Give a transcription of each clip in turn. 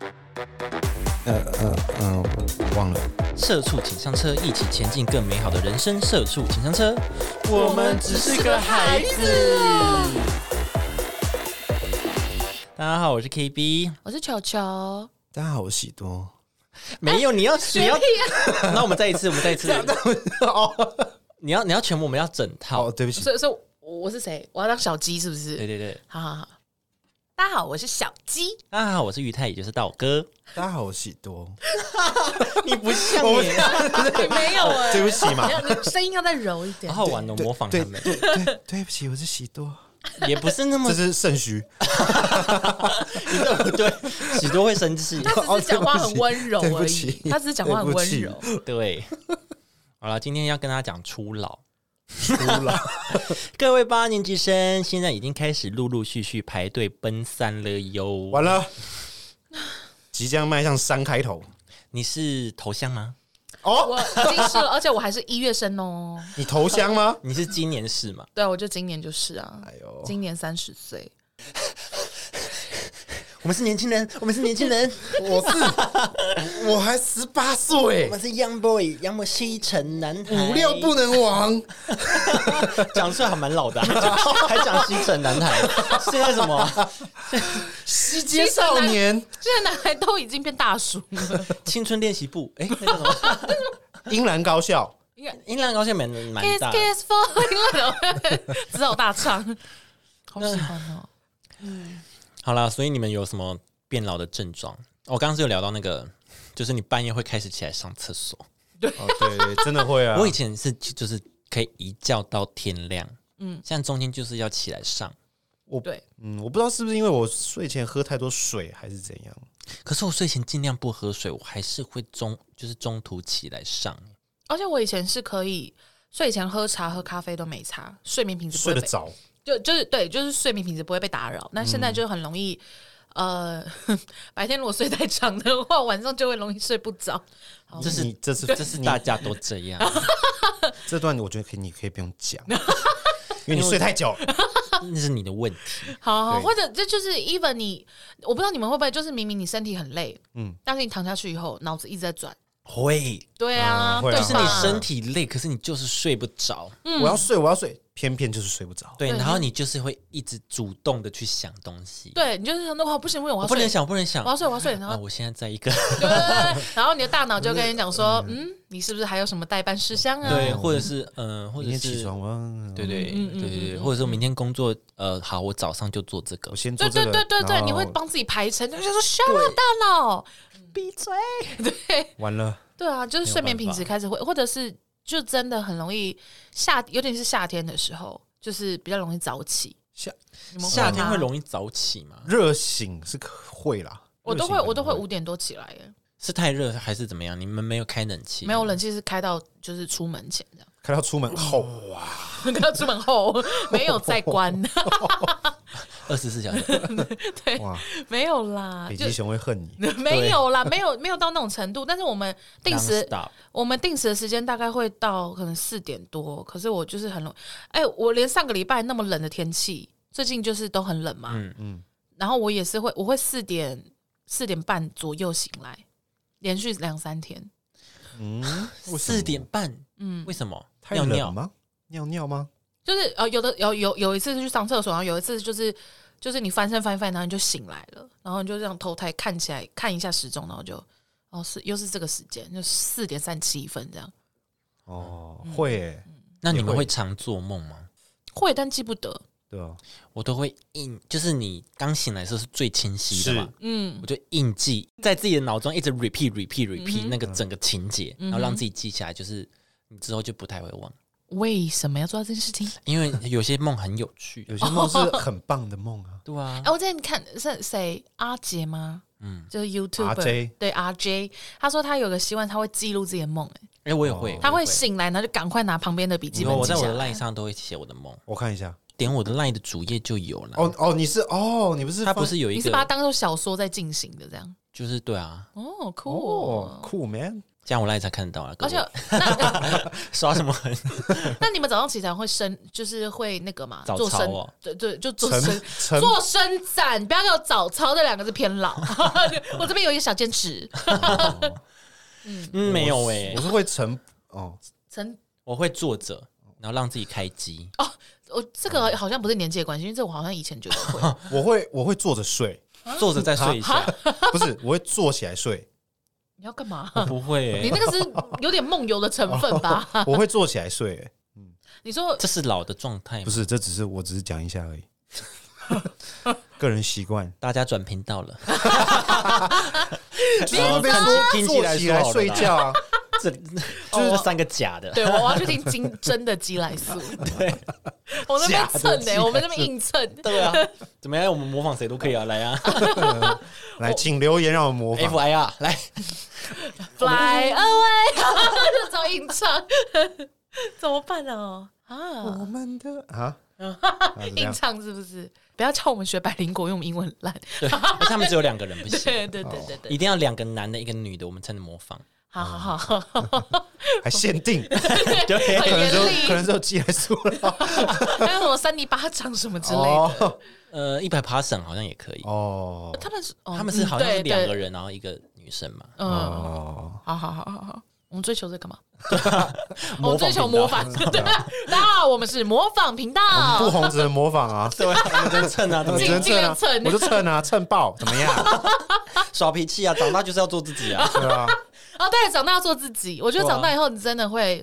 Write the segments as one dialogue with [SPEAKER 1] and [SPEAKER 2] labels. [SPEAKER 1] 呃呃呃，我忘了。
[SPEAKER 2] 社畜请上车，一起前进更美好的人生。社畜请上车，
[SPEAKER 3] 我们只是个孩子。
[SPEAKER 2] 大家好，我是 KB。
[SPEAKER 3] 我是球球，
[SPEAKER 1] 大家好，我喜多。
[SPEAKER 2] 没有，你要哎你要，那我们再一次，我们再一 次。你要你要全部，我们要整套
[SPEAKER 1] 哦，。对不起，
[SPEAKER 3] 所以所以我我是谁？我要当小鸡是不是？
[SPEAKER 2] 对对对，
[SPEAKER 3] 好好好，大家好，我是小鸡。
[SPEAKER 2] 大家好，我是于太，也就是道哥。
[SPEAKER 1] 大家好，我喜多。
[SPEAKER 2] 你不像
[SPEAKER 1] 我不
[SPEAKER 2] 你，
[SPEAKER 3] 没有哎、
[SPEAKER 1] 对不起嘛
[SPEAKER 3] 没，有，你声音要再柔一点
[SPEAKER 2] 好。好玩哦，
[SPEAKER 1] 对
[SPEAKER 2] 模仿他
[SPEAKER 1] 对
[SPEAKER 2] 们
[SPEAKER 1] 对对，对不起，我是喜多，
[SPEAKER 2] 也不是那么
[SPEAKER 1] 这是肾虚。
[SPEAKER 2] 对不对，许多会生 气。
[SPEAKER 3] 他只是讲话很温柔
[SPEAKER 1] 对不
[SPEAKER 3] 而
[SPEAKER 1] 起
[SPEAKER 3] 已，他只是讲话很温柔
[SPEAKER 1] 对。
[SPEAKER 2] 对，好了，今天要跟大家讲初老。
[SPEAKER 1] 初老，
[SPEAKER 2] 各位八年级生，现在已经开始陆陆续续排队奔三了哟。
[SPEAKER 1] 完了，即将迈向三开头。
[SPEAKER 2] 你是头像吗？
[SPEAKER 1] 哦，
[SPEAKER 3] 我已经是了，而且我还是一月生哦。
[SPEAKER 1] 你投降吗？
[SPEAKER 2] 你是今年是吗？
[SPEAKER 3] 对啊，我就今年就是啊，
[SPEAKER 1] 哎呦
[SPEAKER 3] 今年三十岁。
[SPEAKER 2] 我们是年轻人，我们是年轻 人，
[SPEAKER 1] 我是，我还十八岁
[SPEAKER 2] 我，们是 young boy，young boy 西城男孩，
[SPEAKER 1] 五六 不能亡。
[SPEAKER 2] 讲出来还蛮老的啊、讲还讲西城男 孩，现在什么
[SPEAKER 1] 西街少年，
[SPEAKER 3] 现在男孩都已经变大叔了，
[SPEAKER 2] 青春练习部？哎、那叫什么？
[SPEAKER 1] 英兰高校，
[SPEAKER 3] 应该
[SPEAKER 2] 音量高现在蛮蛮
[SPEAKER 3] kiss
[SPEAKER 2] 大的。
[SPEAKER 3] kiss for，只 有大唱，好喜欢哦。
[SPEAKER 2] 好啦，所以你们有什么变老的症状？我刚刚是有聊到那个，就是你半夜会开始起来上厕所。
[SPEAKER 1] 哦，对对，真的会啊
[SPEAKER 2] 我以前是就是可以一觉到天亮，嗯，现在中间就是要起来上。
[SPEAKER 1] 我
[SPEAKER 3] 对，
[SPEAKER 1] 嗯，我不知道是不是因为我睡前喝太多水还是怎样，
[SPEAKER 2] 可是我睡前尽量不喝水，我还是会中就是中途起来上。
[SPEAKER 3] 而且我以前是可以睡前喝茶喝咖啡都没差，睡眠品质不
[SPEAKER 1] 睡
[SPEAKER 3] 会
[SPEAKER 1] 得
[SPEAKER 3] 被
[SPEAKER 1] 早，嗯
[SPEAKER 3] 就就是对，就是睡眠品质不会被打扰。那现在就很容易，呃， 白天如果睡太长的话，晚上就会容易睡不着。好
[SPEAKER 2] 哦这是
[SPEAKER 1] 你这是
[SPEAKER 2] 这是大家都这样，
[SPEAKER 1] 这段我觉得可以，你可以不用 讲，因为你睡太久，
[SPEAKER 2] 那是你的问题。
[SPEAKER 3] 好好，
[SPEAKER 1] 对
[SPEAKER 3] 或者这就是 even 你，我不知道你们会不会，就是明明你身体很累，嗯，但是你躺下去以后，脑子一直在转。
[SPEAKER 2] 会，
[SPEAKER 3] 对啊，
[SPEAKER 1] 嗯会啊
[SPEAKER 3] 对
[SPEAKER 2] 就是
[SPEAKER 3] 吧
[SPEAKER 2] 你身体累，可是你就是睡不着。
[SPEAKER 1] 我要睡，我要睡，偏偏就是睡不着。
[SPEAKER 2] 对，
[SPEAKER 3] 嗯对
[SPEAKER 2] 然后你就是会一直主动的去想东西。
[SPEAKER 3] 对你就是想说哇，不行不行，我
[SPEAKER 2] 我
[SPEAKER 3] 要
[SPEAKER 2] 不能
[SPEAKER 3] 睡，
[SPEAKER 2] 想，我不能想
[SPEAKER 3] 我。要睡，我要睡，然
[SPEAKER 2] 啊！
[SPEAKER 1] 哦
[SPEAKER 3] 后
[SPEAKER 2] 我现在在一 个
[SPEAKER 3] 对，然后你的大脑就跟你讲说，嗯，你是不是还有什么代办事项啊？
[SPEAKER 2] 对，或者是嗯、呃或者
[SPEAKER 1] 哦明天
[SPEAKER 2] 是
[SPEAKER 1] 起床，嗯我要
[SPEAKER 2] 对对对对对，或者说明天工作，呃，好，我早上就做这个
[SPEAKER 1] 我。先做
[SPEAKER 3] 对
[SPEAKER 1] 这
[SPEAKER 3] 对
[SPEAKER 1] 个，
[SPEAKER 3] 对对对，
[SPEAKER 1] 然后
[SPEAKER 3] 你会帮自己排程，就说 shut up 大脑，闭嘴。对
[SPEAKER 1] 完了，
[SPEAKER 3] 对啊，就是睡眠品质开始会，或者是就真的很容易夏，尤其是夏天的时候，就是比较容易早起。
[SPEAKER 1] 夏
[SPEAKER 3] 你们
[SPEAKER 2] 夏天
[SPEAKER 3] 吗
[SPEAKER 1] 啊
[SPEAKER 2] 会容易早起吗？
[SPEAKER 1] 热醒是可会啦，
[SPEAKER 3] 我都
[SPEAKER 1] 热
[SPEAKER 3] 会
[SPEAKER 1] 醒
[SPEAKER 3] 我都会
[SPEAKER 1] 可能
[SPEAKER 3] 五点多起来耶，
[SPEAKER 2] 是太热还是怎么样？你们没有开冷气？
[SPEAKER 3] 没有冷气是开到就是出门前 这样。
[SPEAKER 1] 看到出门后
[SPEAKER 3] 嗯
[SPEAKER 1] 哇，
[SPEAKER 3] 要出门后没有再关，
[SPEAKER 2] 二十四小 时，
[SPEAKER 3] 对
[SPEAKER 1] 哇，
[SPEAKER 3] 没有啦，
[SPEAKER 1] 北
[SPEAKER 3] 就
[SPEAKER 1] 极熊会恨你，
[SPEAKER 3] 没有啦，没有没有到那种程度。但是我们定时
[SPEAKER 2] Non-stop
[SPEAKER 3] 我们定时的时间大概会到可能四点多，可是我就是很冷，哎、我连上个礼拜那么冷的天气，最近就是都很冷嘛，
[SPEAKER 2] 嗯
[SPEAKER 3] 嗯嗯，然后我也是会，我会四点四点半左右醒来，连续两三天，
[SPEAKER 1] 嗯，为什么
[SPEAKER 2] 四点半，
[SPEAKER 3] 嗯，
[SPEAKER 2] 为什么？
[SPEAKER 1] 太
[SPEAKER 2] 尿
[SPEAKER 1] 冷
[SPEAKER 2] 尿？
[SPEAKER 1] 吗？尿尿吗？
[SPEAKER 3] 就是呃，有的有有有一次是去上厕所，然后有一次就是就是你翻身翻一翻，然后你就醒来了，然后你就这样头抬看起来看一下时钟，然后就哦是又是这个时间，就四点三七分这样，
[SPEAKER 1] 哦，
[SPEAKER 3] 嗯
[SPEAKER 1] 会耶，
[SPEAKER 2] 那你
[SPEAKER 1] 也
[SPEAKER 2] 们
[SPEAKER 1] 会
[SPEAKER 2] 会常做梦吗？
[SPEAKER 3] 会但记不得，
[SPEAKER 1] 对啊，
[SPEAKER 2] 我都会印，就是你刚醒来的时候是最清晰的嘛，
[SPEAKER 3] 嗯，
[SPEAKER 2] 我就印记在自己的脑中一直 repeat repeat
[SPEAKER 1] 嗯
[SPEAKER 2] repeat 那个整个情节，然后让自己记起来，就是你之后就不太会忘，
[SPEAKER 3] 为什么要做到这件事情？
[SPEAKER 2] 因为有些梦很有趣
[SPEAKER 1] 有。些梦是很棒的梦啊，
[SPEAKER 2] 对啊
[SPEAKER 3] 哎、，我之前看是谁阿杰吗？嗯，就是 YouTube
[SPEAKER 1] RJ
[SPEAKER 3] 对 RJ，他说他有个习惯，他会记录自己的梦、哎，
[SPEAKER 2] 哎，我也
[SPEAKER 1] 哦
[SPEAKER 2] 会，
[SPEAKER 3] 他
[SPEAKER 2] 我
[SPEAKER 3] 会
[SPEAKER 2] 也。
[SPEAKER 3] 醒来，然后就赶快拿旁边的笔记
[SPEAKER 2] 因为
[SPEAKER 3] 本
[SPEAKER 2] 我
[SPEAKER 3] 记
[SPEAKER 2] 在我
[SPEAKER 3] 下
[SPEAKER 2] 的
[SPEAKER 3] 来。
[SPEAKER 2] line 上都会写我的梦，
[SPEAKER 1] 我看一下，
[SPEAKER 2] 点我的 line 的主页就有了。
[SPEAKER 1] 哦哦，你是哦，你不是
[SPEAKER 2] 它不
[SPEAKER 1] 放
[SPEAKER 2] 是有一
[SPEAKER 3] 你是把它
[SPEAKER 2] 个，
[SPEAKER 3] 当做小说在进行的这样？
[SPEAKER 2] 就是对啊，
[SPEAKER 3] 哦，酷
[SPEAKER 1] 哦
[SPEAKER 3] 哦，
[SPEAKER 1] ，cool man，
[SPEAKER 2] 这样我赖才看得到啊。各
[SPEAKER 3] 而
[SPEAKER 2] 位
[SPEAKER 3] 且那
[SPEAKER 2] 刷什么痕？
[SPEAKER 3] 那你们早上起床会伸，就是会那个嘛，
[SPEAKER 2] 早
[SPEAKER 3] 做
[SPEAKER 2] 操
[SPEAKER 3] 伸
[SPEAKER 2] 哦，
[SPEAKER 3] 对对，就做
[SPEAKER 1] 晨
[SPEAKER 3] 伸
[SPEAKER 1] 晨
[SPEAKER 3] 做伸展，不要给我早操这两个字偏老。 我这边有一个小坚持，
[SPEAKER 2] 嗯，没有哎、
[SPEAKER 1] 我是会晨哦，
[SPEAKER 3] 晨，
[SPEAKER 2] 我会坐着，然后让自己开机。
[SPEAKER 1] 哦
[SPEAKER 3] 我这个好像不是年纪的关系，因为这我好像以前觉得 会，
[SPEAKER 1] 我会我会坐着睡，
[SPEAKER 2] 坐着再睡一下，
[SPEAKER 1] 啊不是我会坐起来睡，
[SPEAKER 3] 你要干嘛？
[SPEAKER 1] 啊
[SPEAKER 2] 我不会、欸，
[SPEAKER 3] 你那个是有点梦游的成分吧？
[SPEAKER 2] 哦
[SPEAKER 1] 我会坐起来睡、欸
[SPEAKER 3] 你说
[SPEAKER 2] 这是老的状态
[SPEAKER 1] 不
[SPEAKER 2] 吗。
[SPEAKER 1] 是，这只是我只是讲一下而已，个人习惯。
[SPEAKER 2] 大家转频 道了，
[SPEAKER 1] 就是
[SPEAKER 2] 然后
[SPEAKER 1] 会被
[SPEAKER 2] 看
[SPEAKER 1] 哦说
[SPEAKER 2] 听
[SPEAKER 1] 坐起来
[SPEAKER 2] 说好了
[SPEAKER 1] 睡
[SPEAKER 2] 啦，
[SPEAKER 1] 觉啊，
[SPEAKER 2] 这 就是这三个假的。
[SPEAKER 3] 对，我我要去听金真的鸡 来素。对，我那边蹭
[SPEAKER 2] 假的鸡来
[SPEAKER 3] 呢，
[SPEAKER 2] 素
[SPEAKER 3] 我们那边硬蹭。
[SPEAKER 2] 对啊，怎么样？我们模仿谁都可以啊，来啊
[SPEAKER 1] 来，请留言让我模仿。
[SPEAKER 2] ，FIR 来，
[SPEAKER 3] Fly away，这 种硬唱怎么办啊呢？
[SPEAKER 1] 我
[SPEAKER 3] 啊，
[SPEAKER 1] 们的啊，啊怎么
[SPEAKER 3] 硬
[SPEAKER 1] 样
[SPEAKER 3] 唱是不是？不要叫我们学百灵果，因为我们英文很烂。
[SPEAKER 2] 对，而且他们只有两个人不行，
[SPEAKER 3] 对对对对
[SPEAKER 2] 一
[SPEAKER 3] 对，
[SPEAKER 2] 定要两个男的，一个女的，我们才能模仿。
[SPEAKER 3] 好好好，
[SPEAKER 1] 还限定，
[SPEAKER 2] 对
[SPEAKER 3] 很
[SPEAKER 1] 可能
[SPEAKER 3] 严
[SPEAKER 1] 就可
[SPEAKER 3] 厉，
[SPEAKER 1] 能就寄来输了
[SPEAKER 3] 还有什么三尼巴掌什么之类的。
[SPEAKER 1] 哦
[SPEAKER 2] 呃，一百 p a s s o n 好像也可以，
[SPEAKER 1] 哦
[SPEAKER 3] 他们是哦
[SPEAKER 2] 他们是好像
[SPEAKER 3] 对
[SPEAKER 2] 是两个
[SPEAKER 3] 对
[SPEAKER 2] 人，然后一个女生嘛，
[SPEAKER 3] 嗯，
[SPEAKER 1] 哦，
[SPEAKER 3] 好好好好好，我们追求这 个嘛，我
[SPEAKER 2] 模
[SPEAKER 3] 们追
[SPEAKER 2] 仿
[SPEAKER 3] 求
[SPEAKER 2] 频道
[SPEAKER 3] 模仿， 对，大家好，我们是模仿频道，
[SPEAKER 1] 不红只能模仿啊，
[SPEAKER 2] 对啊，我们真的蹭啊，怎
[SPEAKER 1] 我
[SPEAKER 2] 么
[SPEAKER 1] 只 能
[SPEAKER 3] 尽
[SPEAKER 1] 蹭
[SPEAKER 3] 量
[SPEAKER 1] 啊
[SPEAKER 3] 蹭，
[SPEAKER 1] 我就蹭啊，蹭爆怎么样？
[SPEAKER 2] 耍脾气啊？长大就是要做自 己啊。
[SPEAKER 1] 对吧？
[SPEAKER 3] 哦，对，长大要做自己。我觉得
[SPEAKER 2] 对啊
[SPEAKER 3] 长大以后，你真的会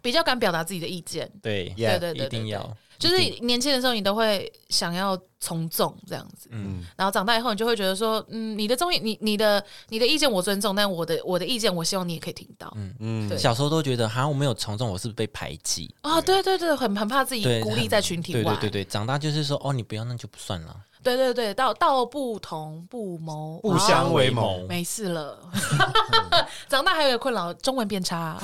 [SPEAKER 3] 比较敢表达自己的意见。
[SPEAKER 2] 对，
[SPEAKER 1] Yeah，
[SPEAKER 3] 对对对
[SPEAKER 2] 一定要，
[SPEAKER 3] 就是
[SPEAKER 2] 一定
[SPEAKER 3] 年轻的时候，你都会想要从众这样子，
[SPEAKER 2] 嗯
[SPEAKER 3] 然后长大以后，你就会觉得说，嗯，你的综艺，你你的你的意见我尊重，但我的我的意见，我希望你也可以听到。
[SPEAKER 1] 嗯
[SPEAKER 3] 对，
[SPEAKER 2] 小时候都觉得，哈，我没有从众，我是不是被排挤？
[SPEAKER 3] 啊、对对对，很很怕自己
[SPEAKER 2] 对
[SPEAKER 3] 孤立在群体
[SPEAKER 2] 对
[SPEAKER 3] 外
[SPEAKER 2] 对，对对，长大就是说，哦，你不要那就不算了，
[SPEAKER 3] 对对对道道不同不谋
[SPEAKER 1] 不相为谋
[SPEAKER 2] 谋。
[SPEAKER 3] 没事了。 长大还有一个困扰，中文 变差。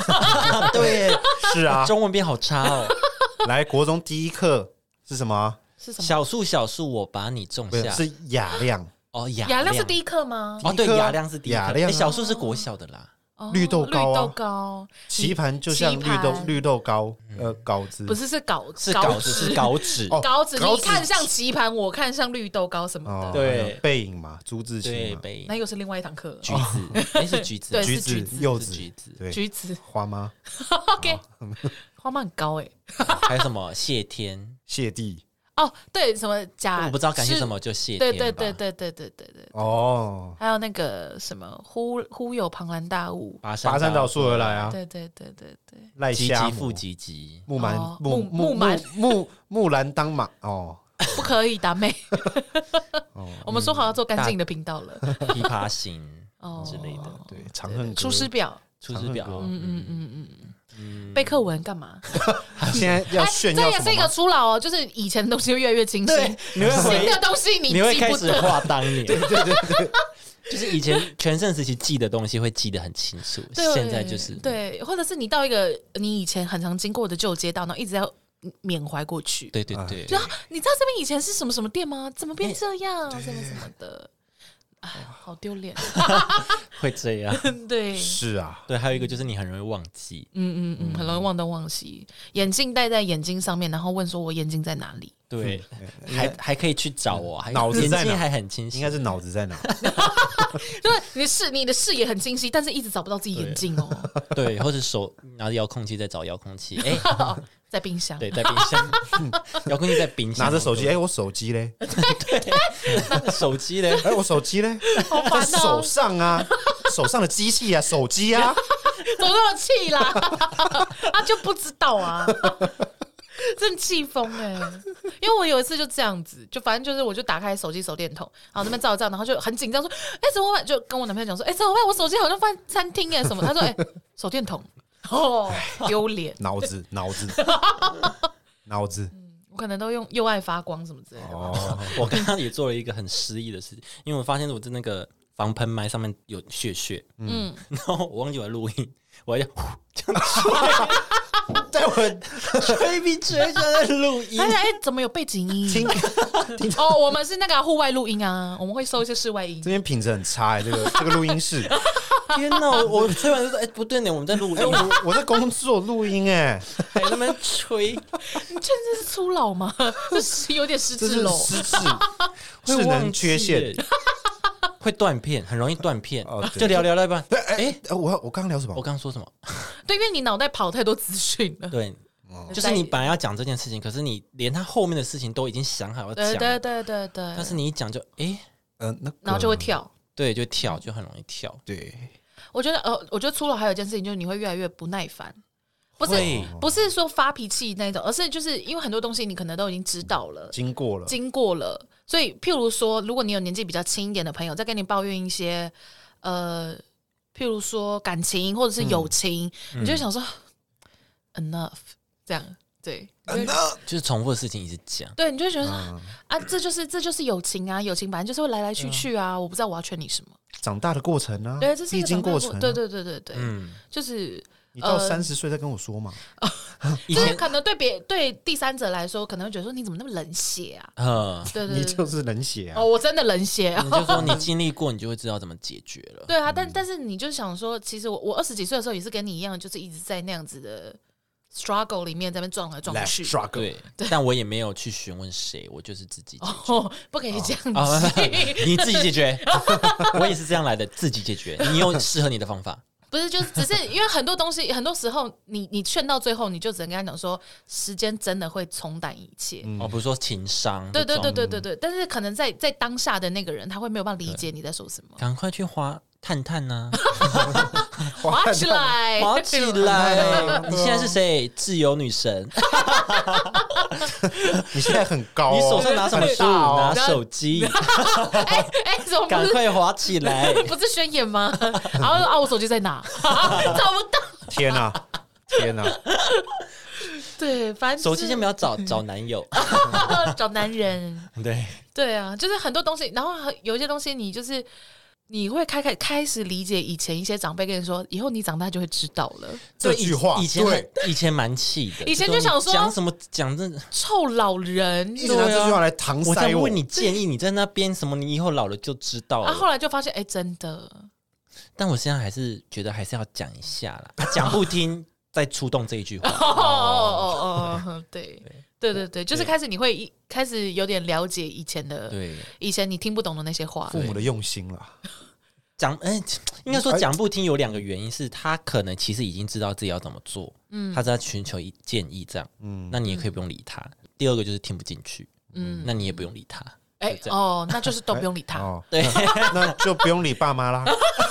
[SPEAKER 1] 对， 是啊。
[SPEAKER 2] 中文变好差哦。
[SPEAKER 1] 来，国中第一课是什么？啊
[SPEAKER 3] 是什么？
[SPEAKER 2] 小树小树，我把你种
[SPEAKER 1] 不是
[SPEAKER 2] 下。
[SPEAKER 1] 是雅量，
[SPEAKER 2] 哦，雅
[SPEAKER 3] 雅
[SPEAKER 2] 亮
[SPEAKER 3] 亮是第一课吗？
[SPEAKER 2] 哦，
[SPEAKER 1] 第
[SPEAKER 2] 对，
[SPEAKER 1] 一颗啊
[SPEAKER 2] 雅亮是第一颗。
[SPEAKER 1] 雅亮啊
[SPEAKER 2] 哎小树是国小的啦。
[SPEAKER 3] 哦
[SPEAKER 1] 绿豆糕啊
[SPEAKER 3] 绿豆糕
[SPEAKER 1] 棋盘就像
[SPEAKER 3] 棋
[SPEAKER 1] 绿豆
[SPEAKER 3] 盘
[SPEAKER 1] 绿豆糕，
[SPEAKER 2] 嗯
[SPEAKER 1] 呃，稿子
[SPEAKER 3] 不是是稿
[SPEAKER 2] 是稿子，
[SPEAKER 3] 纸
[SPEAKER 2] 是稿纸，
[SPEAKER 1] 哦
[SPEAKER 3] 稿纸，
[SPEAKER 1] 稿
[SPEAKER 3] 你
[SPEAKER 1] 纸
[SPEAKER 3] 看像棋盘，我看像绿豆糕什么
[SPEAKER 1] 哦，
[SPEAKER 3] 的，
[SPEAKER 2] 对
[SPEAKER 1] 还有背影嘛，朱自
[SPEAKER 2] 对
[SPEAKER 1] 清，嘛，
[SPEAKER 2] 被
[SPEAKER 3] 那又是另外一堂课了。
[SPEAKER 2] 橘子，哎，是橘子，
[SPEAKER 3] 哦对
[SPEAKER 1] 橘
[SPEAKER 3] 是橘
[SPEAKER 1] 子
[SPEAKER 3] 子
[SPEAKER 1] 柚
[SPEAKER 2] 是
[SPEAKER 1] 子
[SPEAKER 2] 橘子，
[SPEAKER 1] 对，
[SPEAKER 3] 橘子
[SPEAKER 1] 花吗？
[SPEAKER 3] ，OK，花瓣很高哎。
[SPEAKER 2] 还有什么谢天？
[SPEAKER 1] 谢帝
[SPEAKER 3] 哦，对，什么假？
[SPEAKER 2] 我不知道感谢
[SPEAKER 3] 啊是
[SPEAKER 2] 什。么，就谢
[SPEAKER 3] 对
[SPEAKER 2] 天
[SPEAKER 3] 对对
[SPEAKER 2] 吧，
[SPEAKER 3] 对对对对对，
[SPEAKER 1] 哦，
[SPEAKER 3] 还有那个什么忽忽有庞然大物，
[SPEAKER 2] 跋
[SPEAKER 1] 跋山
[SPEAKER 2] 倒
[SPEAKER 1] 倒树而来，啊，
[SPEAKER 3] 对对对对对，
[SPEAKER 1] 赖
[SPEAKER 2] 吉
[SPEAKER 1] 虾
[SPEAKER 2] 吉
[SPEAKER 1] 母
[SPEAKER 2] 复吉吉。
[SPEAKER 1] 木兰
[SPEAKER 3] 哦
[SPEAKER 1] 木
[SPEAKER 3] 木木
[SPEAKER 1] 木
[SPEAKER 3] 蛮
[SPEAKER 1] 木木兰当马哦
[SPEAKER 3] 不可以 打妹。
[SPEAKER 1] 哦，
[SPEAKER 3] 我们说好要做干净的频道了。
[SPEAKER 2] 琵琶行
[SPEAKER 3] 哦
[SPEAKER 2] 嗯之类的，
[SPEAKER 1] 对，长恨歌
[SPEAKER 3] 出师表，
[SPEAKER 2] 出师表
[SPEAKER 1] 长恨歌
[SPEAKER 3] 嗯嗯嗯嗯嗯，背课文干嘛？
[SPEAKER 1] 现在要
[SPEAKER 3] 哎
[SPEAKER 1] 炫
[SPEAKER 3] 这
[SPEAKER 1] 耀
[SPEAKER 3] 也
[SPEAKER 1] 什
[SPEAKER 3] 是一
[SPEAKER 1] 么
[SPEAKER 3] 个
[SPEAKER 1] 吗？
[SPEAKER 3] 初老哦，就是以前的东西会越来越清晰，
[SPEAKER 2] 对，你会
[SPEAKER 3] 新
[SPEAKER 2] 回
[SPEAKER 3] 的，东西你
[SPEAKER 2] 你会
[SPEAKER 3] 记
[SPEAKER 2] 开
[SPEAKER 3] 不
[SPEAKER 2] 始
[SPEAKER 3] 得。
[SPEAKER 2] 画当年，对对对对，就是以前全盛时期记的东西会记得很清楚，
[SPEAKER 3] 对
[SPEAKER 2] 现在就是，
[SPEAKER 3] 对，或者是你到一个你以前很常经过的旧街道，然后一直要缅怀过去。
[SPEAKER 2] 对对
[SPEAKER 1] 啊
[SPEAKER 2] 对
[SPEAKER 3] 就，啊，你知道这边以前是什么什么店吗？怎么变这样？什么什么的，哎，好丢脸。
[SPEAKER 2] 会这样。
[SPEAKER 3] 对，
[SPEAKER 1] 是啊，
[SPEAKER 2] 对，还有一个就是你很容易忘记，
[SPEAKER 3] 嗯嗯嗯，很容易忘东忘西。眼镜戴在眼睛上面，然后问说我眼睛在哪里？
[SPEAKER 2] 对，还还可以去找哦，还
[SPEAKER 1] 脑子
[SPEAKER 2] 眼
[SPEAKER 1] 在
[SPEAKER 2] 睛
[SPEAKER 1] 哪
[SPEAKER 2] 还很清晰，
[SPEAKER 1] 应该是脑子在 哪？
[SPEAKER 3] 就是你的视你的视野很清晰，但是一直找不到自己眼镜哦，
[SPEAKER 2] 对，或者手拿着遥控器在找遥控器，哎，
[SPEAKER 3] 在冰箱。
[SPEAKER 2] 对，在冰箱， 遥控器在冰箱，
[SPEAKER 1] 拿着手机，
[SPEAKER 2] 我
[SPEAKER 1] 哎，我手机嘞，
[SPEAKER 2] 就手机嘞，
[SPEAKER 1] 哎，我 手机嘞，
[SPEAKER 3] 好烦
[SPEAKER 1] 在
[SPEAKER 3] 哦
[SPEAKER 1] 手上 啊，手上的机器啊，手机啊，
[SPEAKER 3] 怎么那么气啦？ 他就不知道啊， 真气疯哎！因为我有一次就这样子，就反正就是我就打开手机手电筒，然后那边照一照，然后就很紧张说：“哎、怎么办？”就跟我男朋友讲说：“哎、怎么办？我手机好像放在餐厅哎什么？”他说：“哎、手电筒哦，丢脸，
[SPEAKER 1] 脑子脑子脑子
[SPEAKER 3] 我可能都用右爱发光什么之类的。”
[SPEAKER 1] 哦，
[SPEAKER 2] 我刚刚也做了一个很失意的事情，因为我发现我的那个防喷麦上面有血血，
[SPEAKER 3] 嗯，
[SPEAKER 2] 然后我忘记我在录音，我要
[SPEAKER 1] 待会
[SPEAKER 2] 吹逼吹就在录音
[SPEAKER 3] 他想：“哎、怎么有背景音
[SPEAKER 1] 听？”
[SPEAKER 3] 哦，我们是那个啊户外录音啊，我们会收一些室外音
[SPEAKER 1] 欸 这。边品质很差哎，这个这个录音室
[SPEAKER 2] 天哪！我我吹完就说，哎、不对呢，我们在录
[SPEAKER 1] 哎、
[SPEAKER 2] 音，
[SPEAKER 1] 我我在工作录音哎、
[SPEAKER 2] 还在那边吹，
[SPEAKER 3] 你真的是粗鲁吗？ 这是有点失
[SPEAKER 1] 这
[SPEAKER 3] 智
[SPEAKER 1] 是
[SPEAKER 3] 喽。
[SPEAKER 1] 失 智
[SPEAKER 2] 会
[SPEAKER 1] 智
[SPEAKER 2] 忘
[SPEAKER 1] 能
[SPEAKER 2] 记
[SPEAKER 1] 缺陷。
[SPEAKER 2] 耶，会断片，很容易断片。
[SPEAKER 1] 哦对
[SPEAKER 2] 就聊聊到一半，
[SPEAKER 1] 哎、哎呃我我刚刚聊什么
[SPEAKER 2] 我？刚刚说什么？
[SPEAKER 3] 对，因为你脑袋跑太多资讯 了。
[SPEAKER 2] 对，就是你本来要讲这件事情，可是你连他后面的事情都已经想好要讲
[SPEAKER 3] 对呃对
[SPEAKER 2] 了，
[SPEAKER 3] 对对对，
[SPEAKER 2] 但是你一讲就哎、
[SPEAKER 1] 呃，那个
[SPEAKER 3] 然后就会跳。
[SPEAKER 2] 对，啊就跳，就很容易跳。
[SPEAKER 1] 对，
[SPEAKER 3] 我觉得呃，我觉得粗鲁还有一件事情就是你会越来越不耐烦，不是
[SPEAKER 2] 会
[SPEAKER 3] 不是说发脾气那种，而是就是因为很多东西你可能都已经知道了，
[SPEAKER 2] 嗯
[SPEAKER 1] 经过了，
[SPEAKER 3] 经过了。所以，譬如说，如果你有年纪比较轻一点的朋友在跟你抱怨一些，呃，譬如说感情或者是
[SPEAKER 2] 嗯
[SPEAKER 3] 友情，你就会想说、enough 这样，对，
[SPEAKER 2] 啊
[SPEAKER 3] 你就会
[SPEAKER 2] 就是重复的事情一直讲。
[SPEAKER 3] 对，你就会觉得说、
[SPEAKER 1] 嗯
[SPEAKER 3] 啊，这就是这就是友情啊，友情本来就是会来来去去啊，我不知道我要劝你什么。
[SPEAKER 1] 长大的过程啊，
[SPEAKER 3] 对，这是一
[SPEAKER 1] 必
[SPEAKER 3] 个
[SPEAKER 1] 经
[SPEAKER 3] 长大
[SPEAKER 1] 过
[SPEAKER 3] 的
[SPEAKER 1] 程、啊。
[SPEAKER 3] 对，对对对对，
[SPEAKER 2] 嗯，
[SPEAKER 3] 就是
[SPEAKER 1] 你到
[SPEAKER 3] 呃
[SPEAKER 1] 三十岁再跟我说嘛。
[SPEAKER 2] 以
[SPEAKER 3] 就是
[SPEAKER 2] 前
[SPEAKER 3] 可能对别对第三者来说，可能会觉得说你怎么那么冷血啊？
[SPEAKER 2] 呃，
[SPEAKER 3] 对对
[SPEAKER 1] 你
[SPEAKER 3] 对，
[SPEAKER 1] 就是嗯冷血啊
[SPEAKER 3] 哦，！我真的冷血啊
[SPEAKER 2] 你。就说你经历过，你就会知道怎么解决了。
[SPEAKER 3] 对啊，
[SPEAKER 1] 嗯
[SPEAKER 3] 但但是你就想说，其实我我二十几岁的时候也是跟你一样，就是一直在那样子的 struggle 里面在那边撞来撞
[SPEAKER 1] Let's
[SPEAKER 3] 去。
[SPEAKER 1] struggle
[SPEAKER 2] 对，但我也没有去询问谁，我就是自己解决。
[SPEAKER 3] 哦，不可以这样子。
[SPEAKER 1] 哦
[SPEAKER 2] 啊，你自己解 决，我也是这样来的，自己解决。你有适合你的方法，
[SPEAKER 3] 不是，就是只是因为很多东西，很多时候你你劝到最后，你就只能跟他讲说，时间真的会冲淡一切。
[SPEAKER 2] 哦，比如说情商，
[SPEAKER 3] 对对
[SPEAKER 2] 这
[SPEAKER 3] 对
[SPEAKER 2] 种，
[SPEAKER 3] 对对对，但是可能在在当下的那个人，他会没有办法理解你在说什么。
[SPEAKER 2] 赶快去滑探探呐，
[SPEAKER 3] 滑起来，
[SPEAKER 2] 滑 起
[SPEAKER 3] 哎
[SPEAKER 2] 来！你现在是谁？自由女神，
[SPEAKER 1] 你现在很高、哦，
[SPEAKER 2] 你手上拿什么
[SPEAKER 1] 很
[SPEAKER 2] 书？
[SPEAKER 1] 大哦
[SPEAKER 2] 拿手机，
[SPEAKER 3] 哎哎，怎么不
[SPEAKER 2] 赶
[SPEAKER 3] 是
[SPEAKER 2] 快滑起 来！
[SPEAKER 3] 不是宣言吗？然后啊，我手机在哪？ 找不到。
[SPEAKER 1] 天啊，天 啊！
[SPEAKER 3] 对，反正
[SPEAKER 2] 手机先 不要找，找男友。
[SPEAKER 3] 要找男人。
[SPEAKER 2] 对，
[SPEAKER 3] 对啊，就是很多东西，然后很有一些东西，你就是你会开开开始理解以前一些长辈跟你说，以后你长大就会知道了，
[SPEAKER 1] 这句话
[SPEAKER 2] 以前
[SPEAKER 1] 对，
[SPEAKER 2] 很以前蛮气的，
[SPEAKER 3] 以前就想说
[SPEAKER 2] 你讲什么讲这，
[SPEAKER 3] 臭老人。
[SPEAKER 1] 一直拿这句话来搪
[SPEAKER 2] 我在
[SPEAKER 1] 塞
[SPEAKER 2] 问你建议，你在那边什么，你以后老了就知道
[SPEAKER 3] 啊，
[SPEAKER 2] 了。
[SPEAKER 3] 后来就发现，哎、真的，
[SPEAKER 2] 但我现在还是觉得还是要讲一下啦，啊讲不听再触动这一句话。
[SPEAKER 3] 哦哦哦哦，对，对对对，就是开始你会一开始有点了解以前的，
[SPEAKER 2] 对，
[SPEAKER 3] 以前你听不懂的那些话，
[SPEAKER 1] 父母的用心啦，
[SPEAKER 2] 讲哎、应该说讲不听有两个原因，是他可能其实已经知道自己要怎么做，嗯，他在寻求一建议这样，嗯，那你也可以不用理他。第二个就是听不进去，嗯，那你也不用理他。
[SPEAKER 3] 哎、
[SPEAKER 2] 就这样
[SPEAKER 3] 哦，那就是都不用理他，
[SPEAKER 1] 哦，
[SPEAKER 2] 对，
[SPEAKER 1] 那就不用理爸妈啦。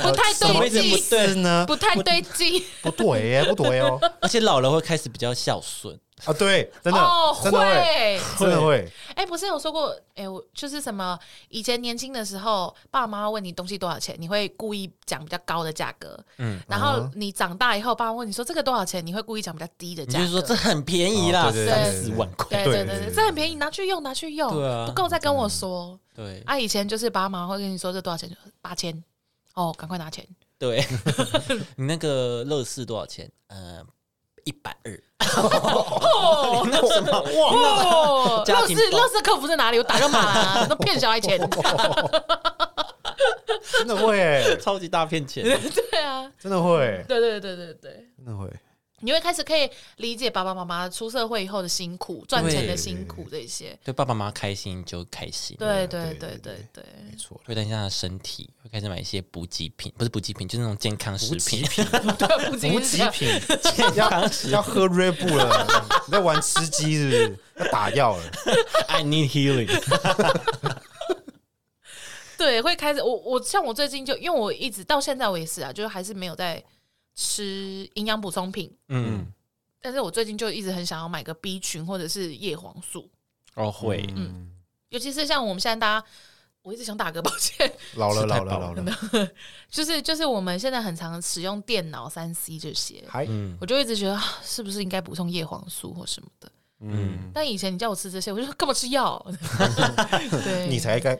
[SPEAKER 3] 不太
[SPEAKER 2] 什么
[SPEAKER 3] 对
[SPEAKER 2] 意思不
[SPEAKER 3] 劲，
[SPEAKER 2] 对
[SPEAKER 1] 是呢，
[SPEAKER 3] 不太对劲。
[SPEAKER 1] 不对耶，不对 哦。
[SPEAKER 2] 而且老了会开始比较孝顺，
[SPEAKER 1] 啊，对，真的
[SPEAKER 3] 哦，，
[SPEAKER 1] 真的会，
[SPEAKER 3] 会。
[SPEAKER 1] 真的会。
[SPEAKER 3] 哎、不是有说过，哎、我就是什么以前年轻的时候，爸妈问你东西多少钱，你会故意讲比较高的价格，嗯，然后你长大以后，爸妈问你说这个多少钱，你会故意讲比较低的
[SPEAKER 2] 你
[SPEAKER 3] 价
[SPEAKER 2] 就
[SPEAKER 3] 格，
[SPEAKER 2] 是说这很便宜啦，
[SPEAKER 1] 哦对对
[SPEAKER 2] 三
[SPEAKER 3] 对
[SPEAKER 2] 四万块。
[SPEAKER 1] 对
[SPEAKER 3] 对对
[SPEAKER 1] 对
[SPEAKER 3] 对
[SPEAKER 1] 对
[SPEAKER 3] 对，这很便宜，拿去用，拿去用，
[SPEAKER 2] 对啊
[SPEAKER 3] 不够再跟我说。
[SPEAKER 2] 对
[SPEAKER 3] 啊，以前就是爸妈会跟你说这多少钱，就八千，哦，赶快拿钱，
[SPEAKER 2] 对， 你那个乐视多少钱？呃，一百二。
[SPEAKER 3] 哦，
[SPEAKER 2] 那什么？
[SPEAKER 3] 哦，
[SPEAKER 2] 家
[SPEAKER 3] 乐
[SPEAKER 2] 庭
[SPEAKER 3] 视
[SPEAKER 2] 暴
[SPEAKER 3] 乐视客服在哪里？我打个码 啊，都骗小孩钱，
[SPEAKER 1] 真的会，
[SPEAKER 2] 超级大骗钱。
[SPEAKER 3] 对啊，
[SPEAKER 1] 真的会，
[SPEAKER 3] 对对对对对。
[SPEAKER 1] 真的会。
[SPEAKER 3] 你会开始可以理解爸爸妈妈出社会以后的辛苦、赚钱的辛苦这些。
[SPEAKER 2] 对爸爸妈妈开心就开心，
[SPEAKER 3] 对
[SPEAKER 1] 对
[SPEAKER 3] 对
[SPEAKER 1] 对
[SPEAKER 3] 对对对，
[SPEAKER 1] 没错了，
[SPEAKER 2] 会担心他的身体，会开始买一些补给品，不是补给品，就是那种健康食品，
[SPEAKER 3] 对， 不仅
[SPEAKER 1] 补
[SPEAKER 3] 仅
[SPEAKER 1] 给
[SPEAKER 3] 是这样
[SPEAKER 1] 品
[SPEAKER 2] 健康食
[SPEAKER 1] 要喝锐步了， 你在玩吃鸡是不是？要打药了，
[SPEAKER 2] ，I need healing。
[SPEAKER 3] 对，会开始我我像我最近就因为我一直到现在我也是啊，就是还是没有在吃营养补充品，
[SPEAKER 2] 嗯，
[SPEAKER 3] 但是我最近就一直很想要买个 B 群或者是叶黄素，
[SPEAKER 2] 哦会，
[SPEAKER 1] 嗯，
[SPEAKER 3] 尤其是像我们现在大家。我一直想打个 抱歉，
[SPEAKER 1] 老了
[SPEAKER 2] 吃太
[SPEAKER 1] 老了
[SPEAKER 2] 饱
[SPEAKER 1] 老
[SPEAKER 2] 了
[SPEAKER 1] 了，
[SPEAKER 3] 就是就是我们现在很常使用电脑、三 C 这些，
[SPEAKER 1] 还
[SPEAKER 2] 嗯
[SPEAKER 3] 我就一直觉得啊是不是应该补充叶黄素或什么的。
[SPEAKER 1] 嗯，
[SPEAKER 3] 但以前你叫我吃这些，我就说干嘛吃药？ 对，
[SPEAKER 1] 你才该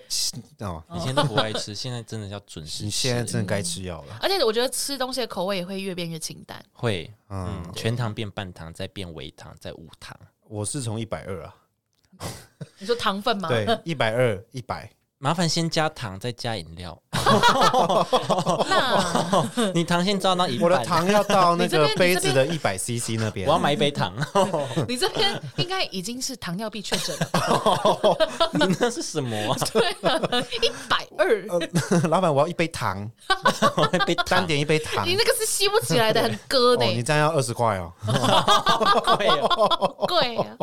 [SPEAKER 1] 哦，
[SPEAKER 2] 以前都不爱吃，现在真的要准时吃。
[SPEAKER 1] 你现在真的该吃药了，
[SPEAKER 3] 而且我觉得吃东西的口味也会越变越清淡。
[SPEAKER 2] 会，
[SPEAKER 1] 嗯
[SPEAKER 2] 嗯，全糖变半糖，再变微糖，再无糖。
[SPEAKER 1] 我是从一百二啊，
[SPEAKER 3] 你说糖分吗？
[SPEAKER 1] 对，一百二一百，
[SPEAKER 2] 麻烦先加糖，再加饮料。
[SPEAKER 3] 那
[SPEAKER 2] 你糖先照到一半，
[SPEAKER 1] 我的糖要到那
[SPEAKER 3] 你这
[SPEAKER 1] 个
[SPEAKER 3] 边
[SPEAKER 1] 杯子的一百 CC 那边
[SPEAKER 2] 我。要买一杯糖。
[SPEAKER 3] 你这边应该已经是糖尿病确诊了 吧，
[SPEAKER 2] 你那是什么啊？
[SPEAKER 3] 一百二，
[SPEAKER 1] 呃老板，我要一杯 糖，
[SPEAKER 2] 一杯
[SPEAKER 1] 单
[SPEAKER 2] 糖
[SPEAKER 1] 点一杯糖。
[SPEAKER 3] 你那个是吸不起来的，很割
[SPEAKER 1] 哦，你
[SPEAKER 3] 呢，
[SPEAKER 1] 这样要二十块 哦。
[SPEAKER 2] 贵哦。
[SPEAKER 3] 贵啊，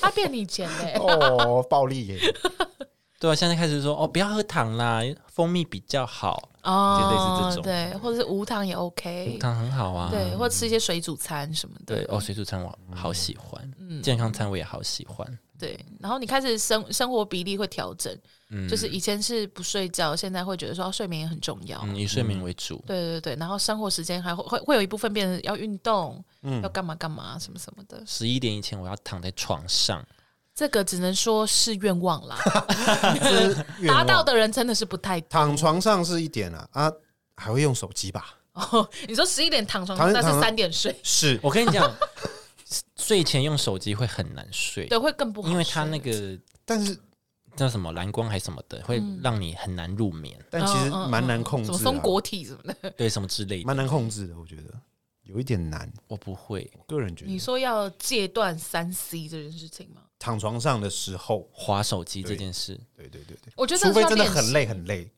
[SPEAKER 3] 他骗你钱呢。
[SPEAKER 1] 哦，暴力耶！
[SPEAKER 2] 对啊，现在开始说哦，不要喝糖啦，蜂蜜比较好，
[SPEAKER 3] 哦
[SPEAKER 2] 类似这种
[SPEAKER 3] 对，或者是无糖也 OK，
[SPEAKER 2] 糖很好啊。
[SPEAKER 3] 对，或者吃一些水煮餐什么的，
[SPEAKER 2] 对哦，水煮餐我
[SPEAKER 1] 嗯
[SPEAKER 2] 好喜欢，
[SPEAKER 3] 嗯
[SPEAKER 2] 健康餐我也好喜欢。
[SPEAKER 3] 对。然后你开始生生活比例会调整，就是以前是不睡觉，现在会觉得说哦睡眠也很重要，
[SPEAKER 2] 嗯，以睡眠为主。
[SPEAKER 3] 对对对，然后生活时间还会会会有一部分变成要运动，要干嘛干嘛什么什么的，
[SPEAKER 2] 十一点以前我要躺在 床上，
[SPEAKER 3] 这个只能说是愿望啦，
[SPEAKER 1] 这是愿
[SPEAKER 3] 达
[SPEAKER 1] 望
[SPEAKER 3] 到的人真的是不太多。
[SPEAKER 1] 躺床上是一点啊，啊，还会用手机吧？
[SPEAKER 3] 哦，你说十一点躺床
[SPEAKER 1] 躺
[SPEAKER 3] 上，但是
[SPEAKER 1] 躺
[SPEAKER 3] 三点睡，
[SPEAKER 1] 是，
[SPEAKER 2] 我跟你讲，睡前用手机会很难睡，
[SPEAKER 3] 对，会更不好睡，
[SPEAKER 2] 因为它那个
[SPEAKER 1] 但是
[SPEAKER 2] 叫什么蓝光还是什么的，会让你很难入眠，
[SPEAKER 1] 但其实
[SPEAKER 3] 嗯嗯嗯
[SPEAKER 1] 蛮难控制
[SPEAKER 3] 什
[SPEAKER 1] 的
[SPEAKER 3] 么
[SPEAKER 1] 啊，
[SPEAKER 3] 松果体什么的。
[SPEAKER 2] 对什么之类的。
[SPEAKER 1] 蛮难控制的，我觉得有一点难。
[SPEAKER 2] 我不会
[SPEAKER 1] 我个人觉
[SPEAKER 3] 你
[SPEAKER 1] 得
[SPEAKER 3] 说要戒断三 C 这件事情吗？
[SPEAKER 1] 躺床上的时候，
[SPEAKER 2] 划手机这
[SPEAKER 1] 对
[SPEAKER 2] 件事，
[SPEAKER 1] 对对对对，
[SPEAKER 3] 我觉得这
[SPEAKER 1] 除
[SPEAKER 3] 是
[SPEAKER 1] 非
[SPEAKER 3] 要
[SPEAKER 1] 真的
[SPEAKER 3] 练习
[SPEAKER 1] 很累很累，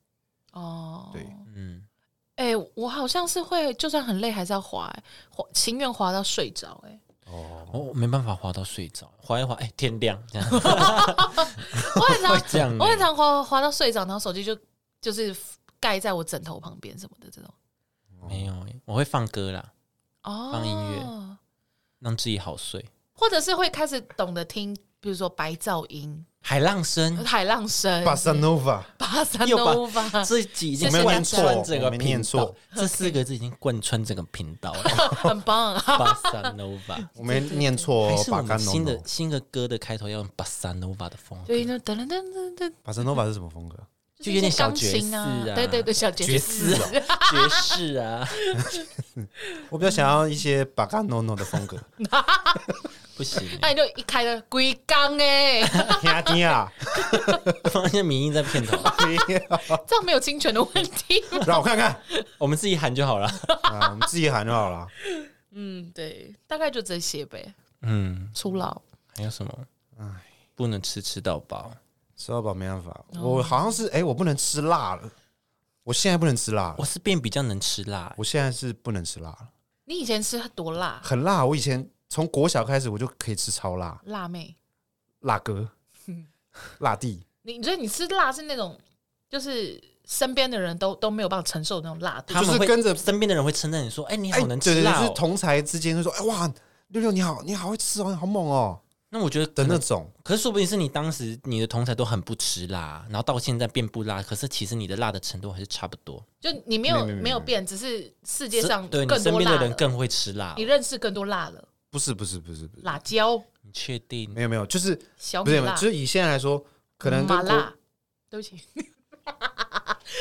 [SPEAKER 3] 哦。
[SPEAKER 1] 对
[SPEAKER 2] 嗯，
[SPEAKER 3] 哎、我好像是会，就算很累还是要滑、欸，滑情愿滑到睡着、 欸。
[SPEAKER 1] 哦，
[SPEAKER 2] 我、没办法划到睡着，划一划，哎、天亮这 样，
[SPEAKER 3] 我很常
[SPEAKER 2] 这样欸
[SPEAKER 3] 我很常滑滑到睡着，然后手机就就是盖在我枕头旁边什么的这种。
[SPEAKER 2] 欸没有、我会放歌啦，
[SPEAKER 3] 哦，
[SPEAKER 2] 放音乐，让自己好睡。
[SPEAKER 3] 或者是会开始懂得听，比如说白噪音、
[SPEAKER 2] 海浪声，
[SPEAKER 3] 海浪声、
[SPEAKER 1] 巴萨诺瓦，
[SPEAKER 3] 巴萨
[SPEAKER 2] 又把
[SPEAKER 3] 诺瓦。
[SPEAKER 2] 这集已
[SPEAKER 3] 谢啊
[SPEAKER 2] 经
[SPEAKER 3] 谢
[SPEAKER 2] 贯
[SPEAKER 1] 大家
[SPEAKER 2] 穿整个
[SPEAKER 1] 我没
[SPEAKER 2] 频
[SPEAKER 1] 念
[SPEAKER 2] 道
[SPEAKER 1] 错，
[SPEAKER 2] 这四个字已经贯穿整个频道 了。
[SPEAKER 3] 很棒啊！
[SPEAKER 2] 巴萨诺瓦，
[SPEAKER 1] 我没念错
[SPEAKER 2] 还
[SPEAKER 1] 哦，
[SPEAKER 2] 是我
[SPEAKER 1] 巴
[SPEAKER 2] 们
[SPEAKER 1] 干
[SPEAKER 2] 新的
[SPEAKER 1] 诺，
[SPEAKER 2] 新的歌的开头要用巴萨诺瓦的风格
[SPEAKER 3] 对，，那噔噔噔噔噔，
[SPEAKER 1] 巴萨诺瓦是什么风格？
[SPEAKER 2] 就有点小
[SPEAKER 3] 就是一些钢
[SPEAKER 2] 爵
[SPEAKER 3] 琴
[SPEAKER 2] 士啊
[SPEAKER 3] 对对对，小爵
[SPEAKER 2] 爵士
[SPEAKER 3] 士
[SPEAKER 2] 哦，爵士啊，
[SPEAKER 1] 我比较想要一些巴干诺诺的风 格，
[SPEAKER 2] 不 行欸，
[SPEAKER 3] 那你就一开的龟缸哎，
[SPEAKER 1] 听啊听 啊，
[SPEAKER 2] 放一些民音在片头，
[SPEAKER 3] 这样没有侵权的问题吗。
[SPEAKER 1] 让我看看，
[SPEAKER 2] 我们自己喊就好了。
[SPEAKER 1] 啊，我们自己喊就好了。
[SPEAKER 3] 嗯，对，大概就这些呗。
[SPEAKER 2] 嗯，
[SPEAKER 3] 初老，
[SPEAKER 2] 还有什么？不能吃吃到饱。
[SPEAKER 1] 吃到饱没办法，
[SPEAKER 2] 哦
[SPEAKER 1] 我好像是哎、我不能吃辣了，我现在不能吃辣了
[SPEAKER 2] 我，是变比较能吃辣欸，
[SPEAKER 1] 我现在是不能吃辣了，
[SPEAKER 3] 你以前吃多辣？
[SPEAKER 1] 很辣。我以前从国小开始我就可以吃超辣，
[SPEAKER 3] 辣妹，
[SPEAKER 1] 辣哥，
[SPEAKER 2] 嗯
[SPEAKER 1] 辣弟，
[SPEAKER 3] 你你觉得你吃辣是那种，就是身边的人都都没有办法承受的那种辣
[SPEAKER 1] 就
[SPEAKER 2] 他
[SPEAKER 3] 度，
[SPEAKER 2] 们
[SPEAKER 1] 是
[SPEAKER 2] 会
[SPEAKER 1] 跟着
[SPEAKER 2] 身边的人会称赞你说：“哎，你
[SPEAKER 1] 哎、
[SPEAKER 2] 好能
[SPEAKER 1] 对
[SPEAKER 2] 吃
[SPEAKER 1] 对
[SPEAKER 2] 辣
[SPEAKER 1] 对，
[SPEAKER 2] 哦。
[SPEAKER 1] 是同才之间就说，哎、哇，六六你好，你好会吃哦，你好猛哦
[SPEAKER 2] 那我觉得可
[SPEAKER 1] 的
[SPEAKER 2] 能
[SPEAKER 1] 那种。
[SPEAKER 2] 可是说不定是你当时你的同才都很不吃辣，然后到现在变不辣，可是其实你的辣的程度还是差不多。
[SPEAKER 3] 就你没有
[SPEAKER 1] 没没没
[SPEAKER 3] 没有变，只是世界上
[SPEAKER 2] 是对你
[SPEAKER 3] 更
[SPEAKER 2] 身
[SPEAKER 3] 多
[SPEAKER 2] 边
[SPEAKER 3] 辣
[SPEAKER 2] 的人
[SPEAKER 3] 了，
[SPEAKER 2] 更会吃辣哦
[SPEAKER 3] 你，认识更多辣了，
[SPEAKER 1] 不是不是不是不是，
[SPEAKER 3] 辣椒、
[SPEAKER 2] 你确定？
[SPEAKER 1] 没有没有，就是
[SPEAKER 3] 小
[SPEAKER 1] 不
[SPEAKER 3] 米
[SPEAKER 1] 是
[SPEAKER 3] 辣、
[SPEAKER 1] 就是以现在来说，可能
[SPEAKER 3] 麻
[SPEAKER 1] 跟国
[SPEAKER 3] 辣。对不起，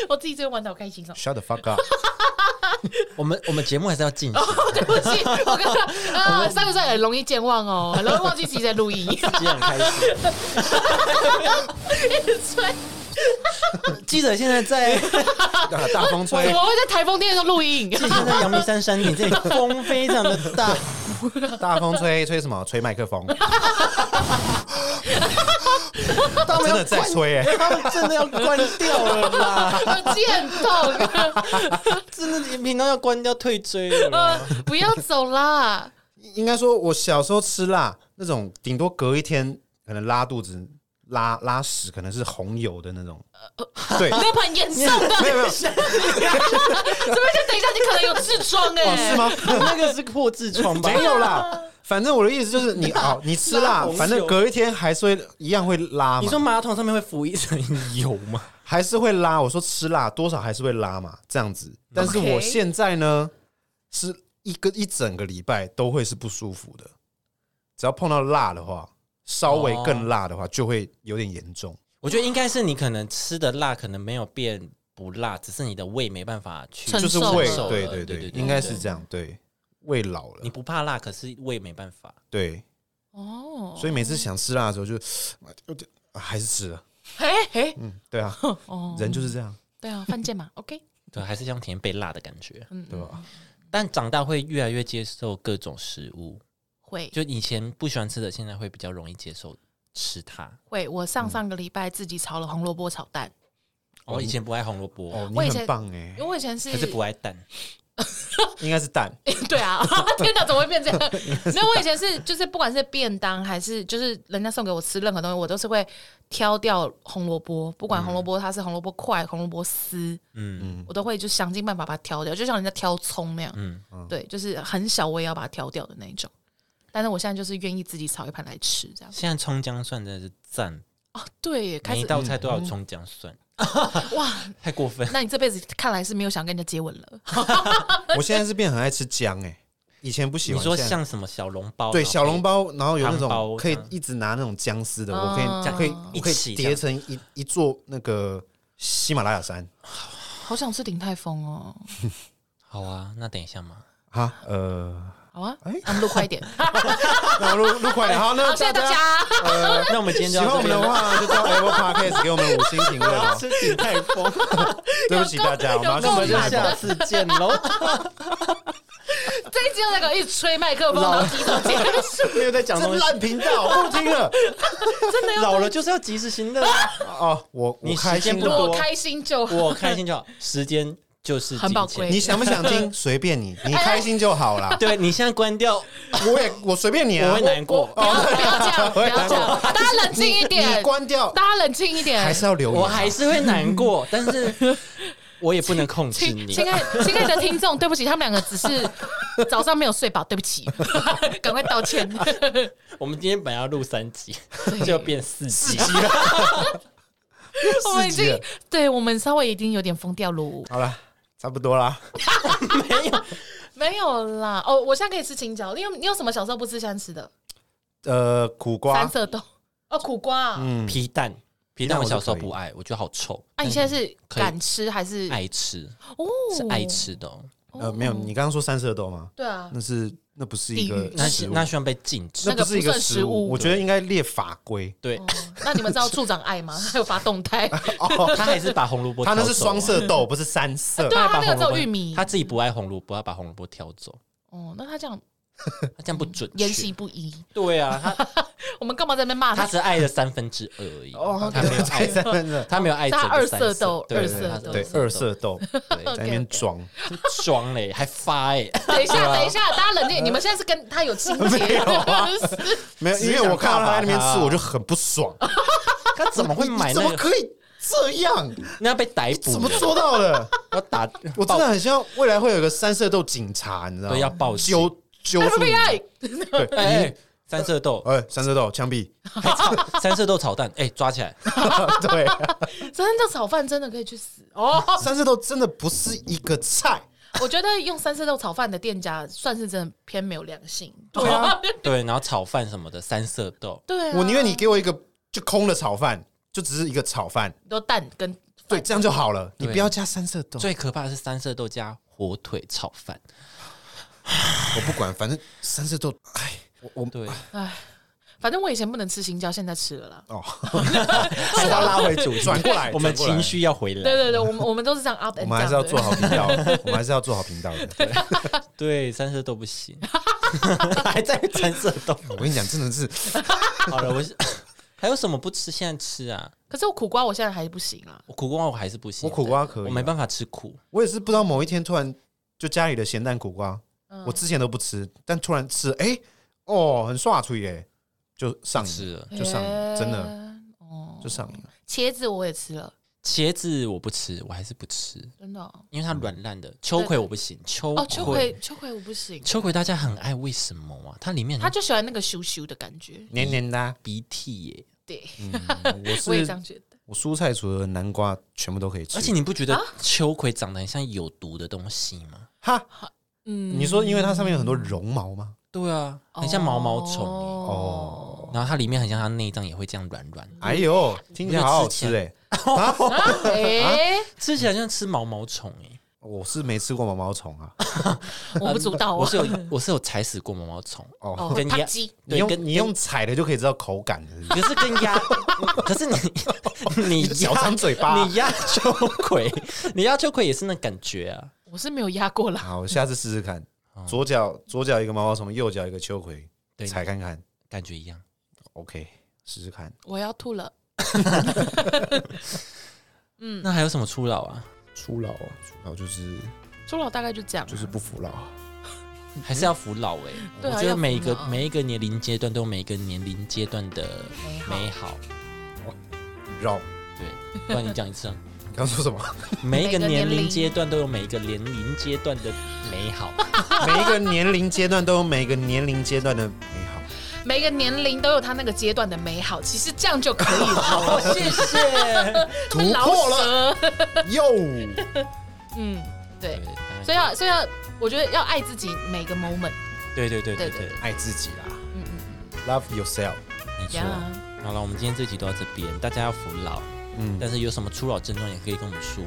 [SPEAKER 3] 我自己最近玩的好开心哦。
[SPEAKER 1] shut the fuck up，
[SPEAKER 2] 我们我们节目还是要 进行，
[SPEAKER 3] 对不起， 我刚刚啊，三个岁很容易健忘哦，很容易忘记自己在录音，
[SPEAKER 2] 既然开 始， 记者现在在
[SPEAKER 1] 大大风
[SPEAKER 3] 我
[SPEAKER 1] 吹，
[SPEAKER 3] 会在台风天的时候录 音。
[SPEAKER 2] 记者现在在阳明山山顶，这里风非常的 大，
[SPEAKER 1] 大风吹吹什么？吹麦克风，
[SPEAKER 2] 他们
[SPEAKER 1] 真
[SPEAKER 2] 要
[SPEAKER 1] 的在
[SPEAKER 2] 关，
[SPEAKER 1] 吹哎、
[SPEAKER 2] 他们真的要关掉了啦，
[SPEAKER 3] 我肩痛，
[SPEAKER 2] 真的频道要关掉退追了啦。
[SPEAKER 3] 呃， 不要走啦！
[SPEAKER 1] 应该说，我小时候吃辣那种，顶多隔一天可能拉肚子、拉拉屎，可能是红油的那种。对，哦
[SPEAKER 3] 那盘严重的，
[SPEAKER 1] 没有没有，
[SPEAKER 3] 这边就等一下，你可能有痔疮哎，
[SPEAKER 1] 哦是？吗？
[SPEAKER 2] 那个是破痔疮吧？
[SPEAKER 1] 没有啦，反正我的意思就是你，哦，你吃
[SPEAKER 2] 拉
[SPEAKER 1] 辣
[SPEAKER 2] 红，油
[SPEAKER 1] 反正隔一天还是会一样会拉
[SPEAKER 2] 你
[SPEAKER 1] 嘛
[SPEAKER 2] 说，马桶上面会浮一层油吗？
[SPEAKER 1] 还是会拉。我说吃辣多少还是会拉嘛，这样子。但是
[SPEAKER 3] OK
[SPEAKER 1] 我现在呢，是一个一整个礼拜都会是不舒服的，只要碰到辣的话，稍微更辣的话就会有点严重。
[SPEAKER 2] 我觉得应该是你可能吃的辣，可能没有变不辣，只是你的胃没办法去
[SPEAKER 3] 承
[SPEAKER 1] 就
[SPEAKER 3] 受
[SPEAKER 1] 是
[SPEAKER 3] 了
[SPEAKER 1] 胃
[SPEAKER 2] 受，了
[SPEAKER 1] 对
[SPEAKER 2] 对对
[SPEAKER 1] 对，
[SPEAKER 2] 对
[SPEAKER 1] 应该是这样，对，胃老了
[SPEAKER 2] 你，不怕辣，可是胃没办法。
[SPEAKER 1] 对，
[SPEAKER 3] 哦，
[SPEAKER 1] 所以每次想吃辣的时候就，啊还是吃了，
[SPEAKER 3] 哎哎，
[SPEAKER 1] 嗯，对啊，
[SPEAKER 3] 哦，
[SPEAKER 1] 人就是这样，
[SPEAKER 3] 对啊，犯贱嘛，OK，
[SPEAKER 2] 对，还是想体验被辣的感觉。
[SPEAKER 3] 嗯，
[SPEAKER 1] 对吧？
[SPEAKER 2] 但长大会越来越接受各种食物，
[SPEAKER 3] 会
[SPEAKER 2] 就以前不喜欢吃的，现在会比较容易接受吃它。
[SPEAKER 3] 会。我上上个礼拜自己炒了红萝卜炒蛋，
[SPEAKER 2] 我以前不爱红萝卜，
[SPEAKER 1] 哦
[SPEAKER 2] 啊
[SPEAKER 1] 哦，你
[SPEAKER 3] 我以
[SPEAKER 1] 很
[SPEAKER 3] 前
[SPEAKER 1] 棒哎
[SPEAKER 3] 因为，我以前是
[SPEAKER 2] 可是不爱蛋。
[SPEAKER 1] 应该是蛋，
[SPEAKER 3] 对啊，天哪，怎么会变这 样？没有，我以前是就是不管是便当还是就是人家送给我吃任何东西，我都是会挑掉红萝卜，不管红萝卜它是红萝卜块、红萝卜丝，
[SPEAKER 2] 嗯
[SPEAKER 3] 我都会就想尽办法把它挑掉，就像人家挑葱那样。
[SPEAKER 2] 嗯，
[SPEAKER 3] 对，就是很小我也要把它挑掉的那一种。但是我现在就是愿意自己炒一盘来吃，这样
[SPEAKER 2] 现在葱姜蒜真的是赞，
[SPEAKER 3] 哦，对耶，开
[SPEAKER 2] 每一
[SPEAKER 3] 始
[SPEAKER 2] 道菜都要有葱姜蒜，
[SPEAKER 3] 哇，
[SPEAKER 2] 太过分。
[SPEAKER 3] 那你这辈子看来是没有想跟人家接吻了，
[SPEAKER 1] 我现在是变很爱吃姜哎，以前不喜
[SPEAKER 2] 你
[SPEAKER 1] 欢。
[SPEAKER 2] 说
[SPEAKER 1] 现在
[SPEAKER 2] 像什么小笼包？啊
[SPEAKER 1] 对
[SPEAKER 2] 然后
[SPEAKER 1] 小笼包，然后有那
[SPEAKER 2] 汤包
[SPEAKER 1] 种可以
[SPEAKER 2] 这样
[SPEAKER 1] 一直拿那种姜丝的，我可以
[SPEAKER 3] 哦
[SPEAKER 1] 我可以
[SPEAKER 2] 一
[SPEAKER 1] 我可
[SPEAKER 2] 起
[SPEAKER 1] 以
[SPEAKER 2] 这样
[SPEAKER 1] 叠成一一座那个喜马拉雅山
[SPEAKER 3] 好想吃鼎泰丰哦。
[SPEAKER 2] 好啊，那等一下嘛。
[SPEAKER 1] 啊， 呃，
[SPEAKER 3] 好啊，
[SPEAKER 1] 哎
[SPEAKER 3] 我们录快一点。
[SPEAKER 1] 那我录录快点，好，那
[SPEAKER 3] 好，谢谢大。家。
[SPEAKER 2] 那我们今天
[SPEAKER 1] 喜欢
[SPEAKER 2] 就到
[SPEAKER 1] 我们
[SPEAKER 2] 这边
[SPEAKER 1] 的
[SPEAKER 2] 了。
[SPEAKER 1] 话，就到 Apple Podcast 给我们五星评论哦。
[SPEAKER 2] 吃鼎泰丰，
[SPEAKER 1] 对不起大家，我们要
[SPEAKER 2] 那我
[SPEAKER 1] 去吃
[SPEAKER 2] 们就
[SPEAKER 1] 海
[SPEAKER 2] 下
[SPEAKER 1] 报。
[SPEAKER 2] 次见喽。
[SPEAKER 3] 这一集又在搞一直吹麦克风，然后提手结束，
[SPEAKER 2] 没有在讲
[SPEAKER 1] 这
[SPEAKER 2] 东西，
[SPEAKER 1] 烂频道不听了
[SPEAKER 2] 老了就是要及时 行乐啊。
[SPEAKER 1] 哦，我
[SPEAKER 2] 你
[SPEAKER 1] 我开
[SPEAKER 2] 时间
[SPEAKER 1] 心
[SPEAKER 2] 不
[SPEAKER 1] 了。
[SPEAKER 2] 多
[SPEAKER 3] 我开心就好。
[SPEAKER 2] 我开心就好，时间就是
[SPEAKER 3] 很
[SPEAKER 2] 金
[SPEAKER 3] 宝
[SPEAKER 2] 钱
[SPEAKER 3] 贵
[SPEAKER 1] 你想不想 听？随便你，
[SPEAKER 3] 哎
[SPEAKER 1] 你开心就好啦。
[SPEAKER 2] 对你现在 关掉，
[SPEAKER 1] 我也我随便你
[SPEAKER 2] 我
[SPEAKER 1] 啊
[SPEAKER 2] 会。难过。
[SPEAKER 3] 不要不要这样，不要这样，大家冷静一
[SPEAKER 1] 你
[SPEAKER 3] 点，
[SPEAKER 1] 关掉
[SPEAKER 3] 大家冷静一点。
[SPEAKER 1] 还是要留言啊。
[SPEAKER 2] 我还是会难过，但是我也不能控制
[SPEAKER 3] 亲
[SPEAKER 2] 你。
[SPEAKER 3] 亲爱亲爱的听众，对不起，他们两个只是早上没有睡饱，对不起， 赶快道歉。
[SPEAKER 2] 我们今天本来要录三集，就变四集。
[SPEAKER 3] 我们已
[SPEAKER 1] 四级
[SPEAKER 3] 经
[SPEAKER 1] 了
[SPEAKER 3] 对我们稍微已经有点疯掉喽，
[SPEAKER 1] 好了，差不多啦。
[SPEAKER 3] 没有啦。哦，我现在可以吃青椒，因为你有什么小时候不吃喜欢吃的？
[SPEAKER 1] 呃，苦瓜
[SPEAKER 3] 三色豆哦，苦瓜啊。
[SPEAKER 2] 皮蛋，嗯皮蛋
[SPEAKER 1] 蛋
[SPEAKER 2] 我
[SPEAKER 1] 我
[SPEAKER 2] 小时候
[SPEAKER 1] 就可以
[SPEAKER 2] 不爱，我觉得好臭。
[SPEAKER 3] 那你现在是
[SPEAKER 2] 可以
[SPEAKER 3] 敢吃还是
[SPEAKER 2] 爱吃
[SPEAKER 3] 啊哦？
[SPEAKER 2] 是爱吃的哦，
[SPEAKER 1] 呃没有，你刚刚说三色豆吗？
[SPEAKER 3] 对啊，
[SPEAKER 1] 那是那不是一个
[SPEAKER 3] 地狱
[SPEAKER 2] 那
[SPEAKER 1] 食物，
[SPEAKER 2] 那需要被禁止
[SPEAKER 3] 那。
[SPEAKER 1] 不是一
[SPEAKER 3] 那个不
[SPEAKER 1] 个
[SPEAKER 3] 算食
[SPEAKER 1] 食
[SPEAKER 3] 物
[SPEAKER 1] 物。我觉得应该列法规。
[SPEAKER 2] 对，
[SPEAKER 3] 那你们知道处长 爱吗？还有发动态，
[SPEAKER 1] 哦，
[SPEAKER 2] 他还是把红萝卜挑
[SPEAKER 1] 它
[SPEAKER 2] 走啊，
[SPEAKER 1] 那是双色豆，不是三色
[SPEAKER 3] 对。啊，
[SPEAKER 2] 把
[SPEAKER 3] 他那
[SPEAKER 2] 红
[SPEAKER 3] 个只
[SPEAKER 2] 萝卜
[SPEAKER 3] 有玉米。
[SPEAKER 2] 他自己不爱红萝卜，他把红萝卜挑走，
[SPEAKER 3] 哦，那他这样
[SPEAKER 2] 他这样不准确。
[SPEAKER 3] 言行不一，
[SPEAKER 2] 对啊， 他
[SPEAKER 3] 我们干嘛在那边骂
[SPEAKER 2] 他
[SPEAKER 3] 他？
[SPEAKER 2] 只爱了三分之二而已，他没有爱
[SPEAKER 1] 对三色
[SPEAKER 2] 他没有爱整个
[SPEAKER 3] 他二
[SPEAKER 2] 三
[SPEAKER 3] 色豆
[SPEAKER 2] 对
[SPEAKER 3] 二
[SPEAKER 2] 对
[SPEAKER 3] 色
[SPEAKER 2] 他
[SPEAKER 3] 豆
[SPEAKER 1] 豆，
[SPEAKER 2] 是
[SPEAKER 1] 对二色豆，
[SPEAKER 2] 对
[SPEAKER 1] 在那边啊装。
[SPEAKER 2] 装嘞，还发哎，
[SPEAKER 3] 等一下，等一下，大家
[SPEAKER 1] 呃
[SPEAKER 3] 冷静，你们现在是跟他有情 节，
[SPEAKER 1] 啊 没有，因为我看到他在那边吃，我就很不爽。
[SPEAKER 2] 他怎么会啊 买
[SPEAKER 1] 你
[SPEAKER 2] 那
[SPEAKER 1] 怎么
[SPEAKER 2] 个？
[SPEAKER 1] 可以这样？
[SPEAKER 2] 那要被逮捕，
[SPEAKER 1] 怎么做？到的？
[SPEAKER 2] 要打，
[SPEAKER 1] 我真的很希望未来会有一个三色豆警察，你知道吗？
[SPEAKER 2] 对要报警
[SPEAKER 1] 揪揪
[SPEAKER 3] 哎
[SPEAKER 1] 住你。
[SPEAKER 3] FBI
[SPEAKER 1] 对，
[SPEAKER 2] 哎哎，三色豆，
[SPEAKER 1] 哎，三色豆枪毙。
[SPEAKER 2] 还炒三色豆炒蛋，哎，抓起来，
[SPEAKER 1] 对，
[SPEAKER 3] 真的炒饭真的可以去死哦！
[SPEAKER 1] 三色豆真的不是一个菜。
[SPEAKER 3] 我觉得用三色豆炒饭的店家算是真的偏没有良心。
[SPEAKER 1] 对啊，
[SPEAKER 2] 对，然后炒饭什么的，三色豆，
[SPEAKER 3] 对啊，
[SPEAKER 1] 我宁愿你给我一个就空的炒饭，就只是一个炒饭，
[SPEAKER 3] 都蛋跟
[SPEAKER 1] 对，这样就好了。你
[SPEAKER 2] 对
[SPEAKER 1] 不要加三色豆，
[SPEAKER 2] 最可怕的是三色豆加火腿炒饭，
[SPEAKER 1] 我不管，反正三色豆，哎，我我
[SPEAKER 2] 对，
[SPEAKER 3] 反正我以前不能吃青椒，现在吃了啦。
[SPEAKER 1] 哦，还是要拉回主题， 转过来，
[SPEAKER 2] 我们
[SPEAKER 1] 转过来
[SPEAKER 2] 情。绪要回
[SPEAKER 3] 对
[SPEAKER 2] 来，
[SPEAKER 3] 对对，我们我们都是这样 up
[SPEAKER 1] 我
[SPEAKER 3] and
[SPEAKER 1] 们还是要
[SPEAKER 3] down
[SPEAKER 1] 做
[SPEAKER 3] 的。
[SPEAKER 1] 好频道， 我们还是要做好频道的。对
[SPEAKER 2] 对，三色豆不行， 还在三色豆，
[SPEAKER 1] 我跟你讲，真的是
[SPEAKER 2] 好了，我是还有什么不吃？现在吃啊，
[SPEAKER 3] 可是我苦瓜我现在还不行啊。
[SPEAKER 2] 我苦瓜我还是不行，
[SPEAKER 1] 我苦瓜可以啊
[SPEAKER 2] 我没办法吃苦，
[SPEAKER 1] 我也是不知道某一天突然就家里的咸蛋苦瓜，
[SPEAKER 3] 嗯
[SPEAKER 1] 我之前都不吃，但突然吃，哎、哦，很刷出耶，就上瘾
[SPEAKER 2] 吃
[SPEAKER 1] 了
[SPEAKER 2] 了，
[SPEAKER 1] 就上瘾了，真的
[SPEAKER 3] 欸哦，
[SPEAKER 1] 就上瘾了。
[SPEAKER 3] 茄子我也吃了，
[SPEAKER 2] 茄子我不吃，我还是不吃，
[SPEAKER 3] 真的哦。
[SPEAKER 2] 因为它软烂的。秋葵我不行，秋
[SPEAKER 3] 哦秋
[SPEAKER 2] 葵
[SPEAKER 3] 葵，秋葵我不行，
[SPEAKER 2] 秋葵大家很爱，为什么啊？它里面
[SPEAKER 3] 他就喜欢那个咻咻的感觉。
[SPEAKER 1] 黏黏的啊、
[SPEAKER 2] 鼻涕耶，
[SPEAKER 3] 对，
[SPEAKER 1] 我
[SPEAKER 3] 我也这样
[SPEAKER 1] 是
[SPEAKER 3] 觉得。
[SPEAKER 1] 我蔬菜除了南瓜全部都可以吃，
[SPEAKER 2] 而且你不觉
[SPEAKER 3] 啊
[SPEAKER 2] 得秋葵长得很像有毒的东西吗？
[SPEAKER 1] 哈，
[SPEAKER 3] 嗯，
[SPEAKER 1] 你说因为它上面有很多绒毛吗？
[SPEAKER 2] 对啊，很像毛毛虫欸耶。
[SPEAKER 3] 哦。
[SPEAKER 2] 然后它里面很像它内脏也会这样软软，
[SPEAKER 1] 哎
[SPEAKER 2] 哦
[SPEAKER 1] 呦，听起来好好吃哎、
[SPEAKER 3] 哎，
[SPEAKER 2] 啊吃起来像吃毛毛虫哎。
[SPEAKER 1] 我是没吃过毛毛虫啊，
[SPEAKER 3] 我不知道
[SPEAKER 2] 我
[SPEAKER 3] 啊
[SPEAKER 2] 是。 有我是有踩死过毛毛虫，
[SPEAKER 1] 哦，
[SPEAKER 3] 哦，
[SPEAKER 2] 跟
[SPEAKER 3] 啪
[SPEAKER 2] 鸭
[SPEAKER 3] 叽，
[SPEAKER 1] 你
[SPEAKER 2] 对，
[SPEAKER 1] 用
[SPEAKER 2] 跟
[SPEAKER 1] 你用踩的就可以知道口感， 是不是
[SPEAKER 2] 可是跟鸭，可是 你你
[SPEAKER 1] 小张嘴巴
[SPEAKER 2] 你压秋葵， 你压秋葵也是那感觉啊。
[SPEAKER 3] 我是没有压过啦。
[SPEAKER 1] 好，我下次试试看。左脚左脚一个毛毛虫，右脚一个秋葵，
[SPEAKER 2] 哦对
[SPEAKER 1] 踩看看。
[SPEAKER 2] 感觉一样。
[SPEAKER 1] OK，试试看。
[SPEAKER 3] 我要吐了。嗯
[SPEAKER 2] 那还有什么初老啊？
[SPEAKER 1] 初老啊，初老就是
[SPEAKER 3] 初老大概就这样，
[SPEAKER 1] 就是不服老啊。
[SPEAKER 2] 还是要服老哎、
[SPEAKER 3] 对啊
[SPEAKER 2] 我觉得
[SPEAKER 3] 要服
[SPEAKER 2] 每一个
[SPEAKER 3] 老
[SPEAKER 2] 每一个年龄阶段都有每一个年龄阶段的
[SPEAKER 3] 美好
[SPEAKER 2] 美好。
[SPEAKER 1] 绕，
[SPEAKER 2] 对，不然你讲一次、啊，
[SPEAKER 1] 你刚说什么？
[SPEAKER 2] 每一个
[SPEAKER 3] 每个
[SPEAKER 2] 年
[SPEAKER 3] 年
[SPEAKER 2] 龄
[SPEAKER 3] 龄
[SPEAKER 2] 阶段都有每一个年龄阶段的美好。
[SPEAKER 1] 每一个年龄阶段都有每一个年龄阶段的美 好。
[SPEAKER 3] 每个年龄都有他那个阶段的美好，其实这样就可以了。好
[SPEAKER 2] 谢谢。
[SPEAKER 1] 突破了
[SPEAKER 3] 了，
[SPEAKER 1] 哟！
[SPEAKER 3] 嗯，对
[SPEAKER 2] 对，，
[SPEAKER 3] 所以要，所以要，我觉得要爱自己每个 moment，
[SPEAKER 2] 对对对对
[SPEAKER 3] 对
[SPEAKER 2] 对
[SPEAKER 3] 对，
[SPEAKER 1] 爱自己啦
[SPEAKER 3] 嗯嗯，
[SPEAKER 1] ，Love yourself。
[SPEAKER 2] 没错。
[SPEAKER 3] Yeah
[SPEAKER 2] 好了，我们今天这集都到这边，大家要服老，
[SPEAKER 1] 嗯，
[SPEAKER 2] 但是有什么初老症状也可以跟我们说，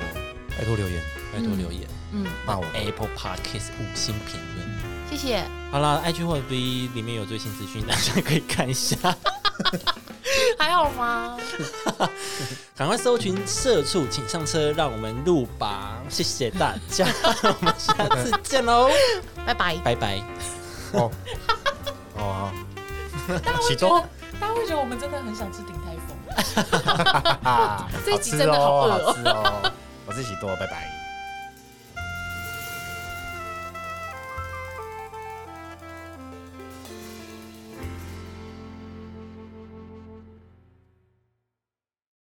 [SPEAKER 1] 拜托留言
[SPEAKER 2] 拜托留言。
[SPEAKER 3] 嗯，
[SPEAKER 1] 骂我。
[SPEAKER 2] Apple Podcast 五星评论。
[SPEAKER 3] 谢谢，
[SPEAKER 2] 好啦 i g 或者 V 里面有最新资讯，大家可以看一下。
[SPEAKER 3] 还好吗？
[SPEAKER 2] 赶快搜寻“社畜请上车”，让我们入榜。谢谢大家，我们下次见喽，
[SPEAKER 3] 拜拜。
[SPEAKER 2] 拜拜。
[SPEAKER 1] 哦哦，
[SPEAKER 3] 大家
[SPEAKER 1] 喜
[SPEAKER 3] 会觉
[SPEAKER 1] 多
[SPEAKER 3] 得，大家会觉得我们真的很想吃鼎泰丰。
[SPEAKER 1] 好，
[SPEAKER 3] 这
[SPEAKER 1] 啊
[SPEAKER 3] 一
[SPEAKER 1] 好
[SPEAKER 3] 集
[SPEAKER 1] 吃
[SPEAKER 3] 真的好饿
[SPEAKER 1] 哦，
[SPEAKER 3] 哦
[SPEAKER 1] 好吃哦。我是喜多，拜拜。